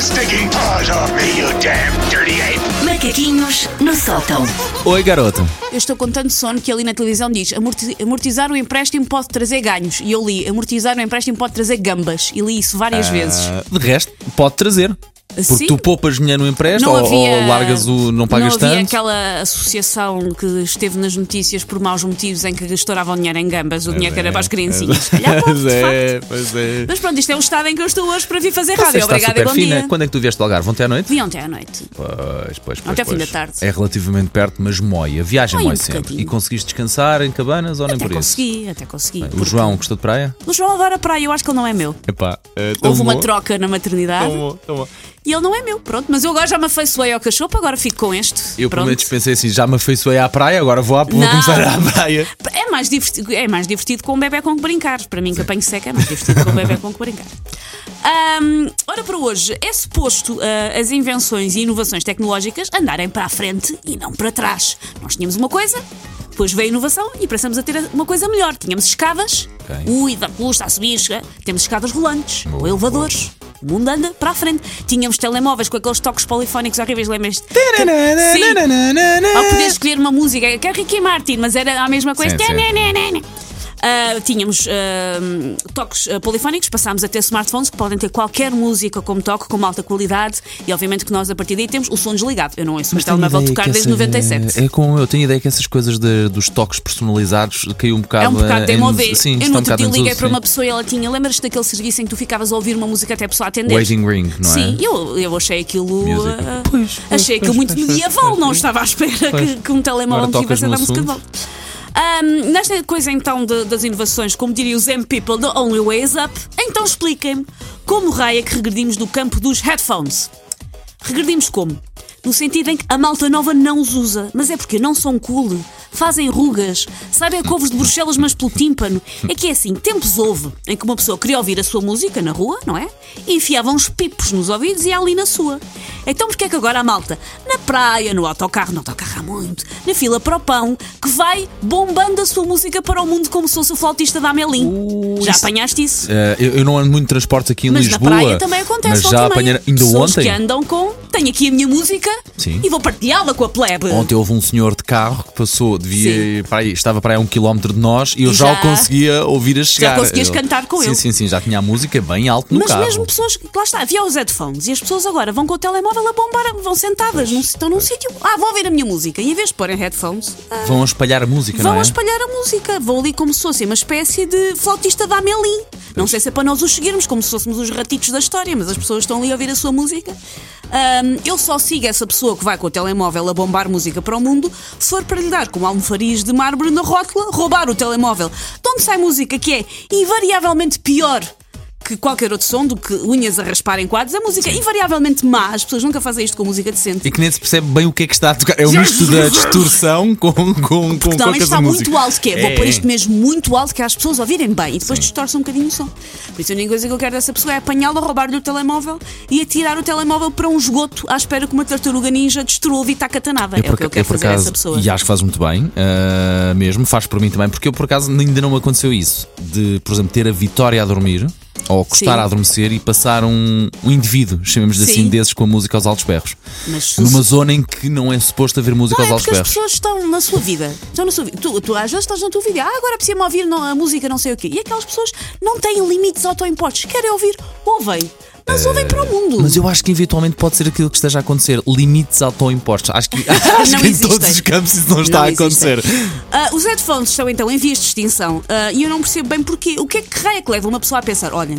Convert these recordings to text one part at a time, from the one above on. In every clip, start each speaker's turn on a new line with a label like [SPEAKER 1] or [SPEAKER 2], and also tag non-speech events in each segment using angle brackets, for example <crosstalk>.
[SPEAKER 1] sticking paws off me, you damn dirty ape!
[SPEAKER 2] Macaquinhos no sótão.
[SPEAKER 3] Oi, garoto.
[SPEAKER 4] Eu estou com tanto sono que ali na televisão diz "Amorti- amortizar o empréstimo pode trazer ganhos. E eu li amortizar o empréstimo pode trazer gambas. E li isso várias vezes.
[SPEAKER 3] Ah, de resto, pode trazer. Porque
[SPEAKER 4] Sim.
[SPEAKER 3] tu poupas dinheiro no empréstimo
[SPEAKER 4] Não
[SPEAKER 3] ou,
[SPEAKER 4] havia,
[SPEAKER 3] ou largas o. não pagas
[SPEAKER 4] Não havia
[SPEAKER 3] tanto.
[SPEAKER 4] aquela associação que esteve nas notícias por maus motivos em que estouravam dinheiro em gambas,
[SPEAKER 3] É
[SPEAKER 4] o dinheiro que era para as criancinhas. Se calhar
[SPEAKER 3] Pois
[SPEAKER 4] pode, de
[SPEAKER 3] <laughs>
[SPEAKER 4] facto.
[SPEAKER 3] é, pois é.
[SPEAKER 4] Mas pronto, isto é o estado em que eu estou hoje para vir fazer
[SPEAKER 3] Você
[SPEAKER 4] rádio.
[SPEAKER 3] está
[SPEAKER 4] Obrigada e
[SPEAKER 3] super
[SPEAKER 4] bom
[SPEAKER 3] fina.
[SPEAKER 4] dia.
[SPEAKER 3] Quando é que tu vieste ao Algarve? Ontem à noite?
[SPEAKER 4] Vim ontem à noite.
[SPEAKER 3] Pois, pois, pois.
[SPEAKER 4] Até ao fim
[SPEAKER 3] pois.
[SPEAKER 4] da tarde.
[SPEAKER 3] É relativamente perto, mas moia. A viagem
[SPEAKER 4] Moe
[SPEAKER 3] moe
[SPEAKER 4] um
[SPEAKER 3] sempre.
[SPEAKER 4] bocadinho.
[SPEAKER 3] E conseguiste descansar em cabanas ou nem
[SPEAKER 4] Até
[SPEAKER 3] por isso?
[SPEAKER 4] consegui, até consegui.
[SPEAKER 3] O João gostou de praia?
[SPEAKER 4] O João adora praia, eu acho que ele não é meu.
[SPEAKER 3] Epá, eh,
[SPEAKER 4] Houve uma troca na maternidade e ele não é meu, pronto. Mas eu agora já me afeiçoei ao cachorro, agora fico com este.
[SPEAKER 3] Eu pelo
[SPEAKER 4] pronto.
[SPEAKER 3] menos pensei assim, já me afeiçoei à praia, agora vou, à, vou
[SPEAKER 4] Não.
[SPEAKER 3] começar à praia.
[SPEAKER 4] É mais, divertido, é mais divertido com um bebê com que brincar. Para mim, que apanho seca, é mais divertido com um bebê com que brincar. Ahm, ora, para hoje, é suposto ah, as invenções e inovações tecnológicas andarem para a frente e não para trás. Nós tínhamos uma coisa, depois veio a inovação e passamos a ter uma coisa melhor. Tínhamos escadas,
[SPEAKER 3] Ok.
[SPEAKER 4] ui, da luz está a subir, chega. temos escadas rolantes ou elevadores. O mundo anda para a frente. Tínhamos telemóveis com aqueles toques polifónicos horríveis, lembras-te? Sim. Ao poder escolher uma música, que é Ricky Martin, mas era a mesma coisa.
[SPEAKER 3] Sim, sim.
[SPEAKER 4] Né, né, né, né. Ah, tínhamos ah, toques ah, polifónicos, passámos a ter smartphones que podem ter qualquer música como toque, com alta qualidade, e obviamente que nós a partir daí temos o som desligado. Eu não ouço mas
[SPEAKER 3] tenho
[SPEAKER 4] telemóvel
[SPEAKER 3] ideia
[SPEAKER 4] tocar
[SPEAKER 3] que
[SPEAKER 4] desde
[SPEAKER 3] essa-
[SPEAKER 4] 97.
[SPEAKER 3] É como eu tenho ideia que essas coisas de- dos toques personalizados caiu um bocado.
[SPEAKER 4] É um bocado
[SPEAKER 3] eh,
[SPEAKER 4] de
[SPEAKER 3] em-
[SPEAKER 4] modé.
[SPEAKER 3] Sim, está um
[SPEAKER 4] Eu no outro
[SPEAKER 3] bocado
[SPEAKER 4] dia
[SPEAKER 3] em desuso,
[SPEAKER 4] liguei para
[SPEAKER 3] sim.
[SPEAKER 4] uma pessoa e ela tinha. Lembras-te daquele serviço em que tu ficavas a ouvir uma música até a pessoa atender?
[SPEAKER 3] Wedding ring, não
[SPEAKER 4] Sim,
[SPEAKER 3] é?
[SPEAKER 4] eu, eu achei aquilo.
[SPEAKER 3] Music.
[SPEAKER 4] ah,
[SPEAKER 3] Pois, pois,
[SPEAKER 4] achei aquilo
[SPEAKER 3] pois,
[SPEAKER 4] muito
[SPEAKER 3] pois, pois,
[SPEAKER 4] medieval,
[SPEAKER 3] pois,
[SPEAKER 4] não
[SPEAKER 3] pois.
[SPEAKER 4] estava à espera
[SPEAKER 3] Pois.
[SPEAKER 4] que, que um telemóvel
[SPEAKER 3] Agora
[SPEAKER 4] me
[SPEAKER 3] tocas
[SPEAKER 4] tivesse a
[SPEAKER 3] no
[SPEAKER 4] dar música de
[SPEAKER 3] assunto.
[SPEAKER 4] volta. Ahm, nesta coisa então de- das inovações, como diriam os M People, the only way is up, então expliquem-me como raia que regredimos do campo dos headphones. Regredimos como? No sentido em que a malta nova não os usa, mas é porque não são cool, fazem rugas, sabem a couves de Bruxelas, mas pelo tímpano. É que é assim, tempos houve em que uma pessoa queria ouvir a sua música na rua, não é? E enfiava uns pipos nos ouvidos e ali na sua. Então porquê é que agora a malta, na praia, no autocarro, no autocarro há muito, na fila para o pão, que vai bombando a sua música para o mundo como se fosse o flautista da Amelim?
[SPEAKER 3] Uh,
[SPEAKER 4] Já
[SPEAKER 3] isso-
[SPEAKER 4] apanhaste isso?
[SPEAKER 3] Eh, eu, eu não ando muito de transportes aqui em
[SPEAKER 4] Mas
[SPEAKER 3] Lisboa.
[SPEAKER 4] na praia também acontece
[SPEAKER 3] Mas
[SPEAKER 4] volta
[SPEAKER 3] já
[SPEAKER 4] e meia.
[SPEAKER 3] apanhei ainda
[SPEAKER 4] Pessoas
[SPEAKER 3] ontem.
[SPEAKER 4] que andam com. Tenho aqui a minha música
[SPEAKER 3] Sim.
[SPEAKER 4] e vou partilhá-la com a plebe.
[SPEAKER 3] Ontem houve um senhor de carro que passou, devia
[SPEAKER 4] Sim.
[SPEAKER 3] ir para aí- estava para aí a um quilómetro de nós e eu
[SPEAKER 4] E
[SPEAKER 3] já, o
[SPEAKER 4] já-
[SPEAKER 3] conseguia ouvir a chegar.
[SPEAKER 4] conseguias
[SPEAKER 3] Eu-
[SPEAKER 4] cantar com
[SPEAKER 3] sim,
[SPEAKER 4] ele.
[SPEAKER 3] Sim, sim, já tinha a música bem alto no
[SPEAKER 4] Mas
[SPEAKER 3] carro.
[SPEAKER 4] mesmo pessoas. que Lá está, havia os headphones e as pessoas agora vão com o telemóvel a bombar, vão sentadas, num, estão num sítio. Ah, vou ouvir a minha música. E em vez de porem headphones, ah,
[SPEAKER 3] Vão a espalhar a música,
[SPEAKER 4] vão
[SPEAKER 3] não
[SPEAKER 4] a
[SPEAKER 3] é?
[SPEAKER 4] espalhar a música. Vão ali como se fossem uma espécie de flautista da Amelim. Não sei se é para nós os seguirmos, como se fôssemos os ratitos da história, mas as pessoas estão ali a ouvir a sua música. Ahm, eu só sigo essa pessoa que vai com o telemóvel a bombar música para o mundo se for para lhe dar com um almofariz de mármore na rótula, roubar o telemóvel. De onde sai música que é invariavelmente pior que qualquer outro som, do que unhas a raspar em quadros, é música invariavelmente má. As pessoas nunca fazem isto com música decente.
[SPEAKER 3] E que nem se percebe bem o que é que está a tocar. É o misto da distorção com, com, com, com a
[SPEAKER 4] Normalmente
[SPEAKER 3] coisa
[SPEAKER 4] está
[SPEAKER 3] da
[SPEAKER 4] muito
[SPEAKER 3] música.
[SPEAKER 4] alto, que é, vou
[SPEAKER 3] É,
[SPEAKER 4] pôr
[SPEAKER 3] é.
[SPEAKER 4] isto mesmo muito alto, que é as pessoas ouvirem bem e depois distorce um bocadinho o som. Por isso a única coisa que eu quero dessa pessoa é apanhá-la, roubar-lhe o telemóvel e atirar o telemóvel para um esgoto à espera que uma tartaruga ninja destrua e taca tanada. É, o que eu
[SPEAKER 3] ac- eu
[SPEAKER 4] quero fazer a
[SPEAKER 3] acaso-
[SPEAKER 4] essa pessoa.
[SPEAKER 3] E acho que faz muito bem, ah, mesmo, faz por mim também, porque eu por acaso ainda não me aconteceu isso, de, por exemplo, ter a Vitória a dormir, ou custar
[SPEAKER 4] Sim.
[SPEAKER 3] a adormecer e passar um, um indivíduo, chamemos assim,
[SPEAKER 4] Sim.
[SPEAKER 3] desses com a música aos altos berros.
[SPEAKER 4] Mas se-
[SPEAKER 3] Numa zona em que não é suposto haver música
[SPEAKER 4] Não, é
[SPEAKER 3] aos altos
[SPEAKER 4] porque as
[SPEAKER 3] berros.
[SPEAKER 4] pessoas estão na sua vida. Estão na sua vida. Tu, tu às vezes estás na tua vida. Ah, agora precisa-me ouvir não- a música, não sei o quê. E aquelas pessoas não têm limites autoimpostos. Querem ouvir, ouvem. Mas ouvem para o mundo.
[SPEAKER 3] Mas eu acho que eventualmente pode ser aquilo que esteja a acontecer, limites autoimpostos. Acho
[SPEAKER 4] <laughs>
[SPEAKER 3] que, acho
[SPEAKER 4] Não
[SPEAKER 3] que em
[SPEAKER 4] existem.
[SPEAKER 3] todos os campos isso não está a
[SPEAKER 4] existem.
[SPEAKER 3] acontecer.
[SPEAKER 4] Ah, os headphones estão então em vias de extinção ah, e eu não percebo bem porquê. O que é que raia que leva uma pessoa a pensar? Olhem,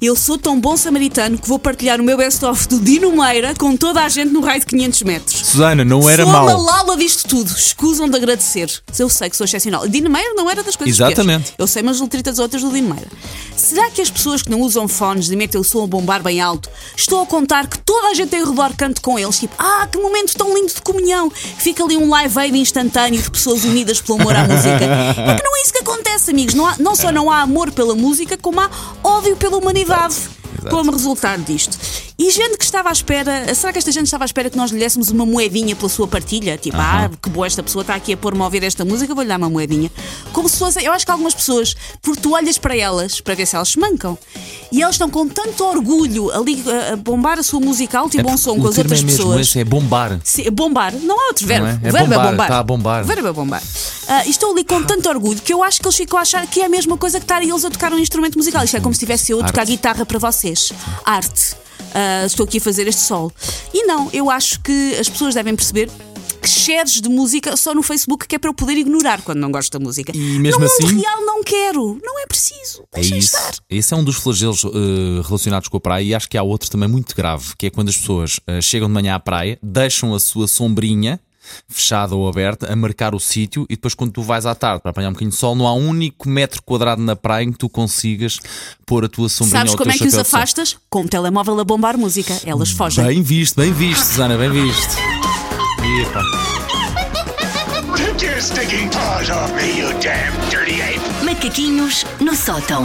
[SPEAKER 4] eu sou tão bom samaritano que vou partilhar o meu best-of do Dino Meira com toda a gente no raio de 500 metros.
[SPEAKER 3] Susana, não era
[SPEAKER 4] sou
[SPEAKER 3] mau.
[SPEAKER 4] a Malala disto tudo. Escusam de agradecer. Eu sei que sou excepcional. Dino Meira não era das coisas piores.
[SPEAKER 3] Exatamente.
[SPEAKER 4] Eu sei umas letritas outras do Dino Meira. Será que as pessoas que não usam fones e metem o som a bombar bem alto estão a contar que toda a gente em redor cante com eles? Tipo, ah, que momento tão lindo de comunhão. Fica ali um live aid instantâneo de pessoas unidas pelo amor à música. É que não é isso que acontece, amigos. Não, há- não só não há amor pela música, como há ódio pela humanidade
[SPEAKER 3] Exato.
[SPEAKER 4] como resultado disto. E gente que estava à espera, será que esta gente estava à espera que nós lhe dessemos uma moedinha pela sua partilha? Tipo, ah, que boa esta pessoa está aqui a pôr-me a ouvir esta música, vou-lhe dar uma moedinha. Como se fossem, eu acho que algumas pessoas, porque tu olhas para elas para ver se elas se mancam, e elas estão com tanto orgulho ali eh, a, a bombar a sua música alto e
[SPEAKER 3] É
[SPEAKER 4] bom
[SPEAKER 3] porque
[SPEAKER 4] som
[SPEAKER 3] o
[SPEAKER 4] com as
[SPEAKER 3] termo
[SPEAKER 4] outras
[SPEAKER 3] é mesmo
[SPEAKER 4] pessoas.
[SPEAKER 3] esse, é bombar.
[SPEAKER 4] Sim, bombar, não há outro verbo.
[SPEAKER 3] Não é? É
[SPEAKER 4] O verbo
[SPEAKER 3] bombar,
[SPEAKER 4] é bombar.
[SPEAKER 3] tá a bombar.
[SPEAKER 4] O verbo é bombar. Ah, e estou ali com tanto orgulho que eu acho que eles ficam a achar que é a mesma coisa que estarem eles a tocar um instrumento musical. Isto é como se estivesse eu a tocar
[SPEAKER 3] Arte.
[SPEAKER 4] guitarra para vocês. Arte. Ah, estou aqui a fazer este solo. E não, eu acho que as pessoas devem perceber que shares de música só no Facebook que é para eu poder ignorar quando não gosto da música.
[SPEAKER 3] E mesmo
[SPEAKER 4] no
[SPEAKER 3] assim-
[SPEAKER 4] mundo real não quero. Não é preciso.
[SPEAKER 3] É
[SPEAKER 4] Deixa
[SPEAKER 3] isso.
[SPEAKER 4] estar.
[SPEAKER 3] Esse é um dos flagelos eh, relacionados com a praia e acho que há outro também muito grave, que é quando as pessoas eh, chegam de manhã à praia, deixam a sua sombrinha, fechada ou aberta, a marcar o sítio e depois quando tu vais à tarde para apanhar um bocadinho de sol, não há um único metro quadrado na praia em que tu consigas pôr a tua sombrinha
[SPEAKER 4] Sabes
[SPEAKER 3] ou o
[SPEAKER 4] como
[SPEAKER 3] teu
[SPEAKER 4] é que os
[SPEAKER 3] chapéu de sol.
[SPEAKER 4] afastas? Com o telemóvel a bombar música. Elas fogem.
[SPEAKER 3] Bem visto, bem visto, Susana, bem visto. Epa.
[SPEAKER 1] Take your stinking paws off me, you damn dirty ape!
[SPEAKER 2] Macaquinhos no sótão.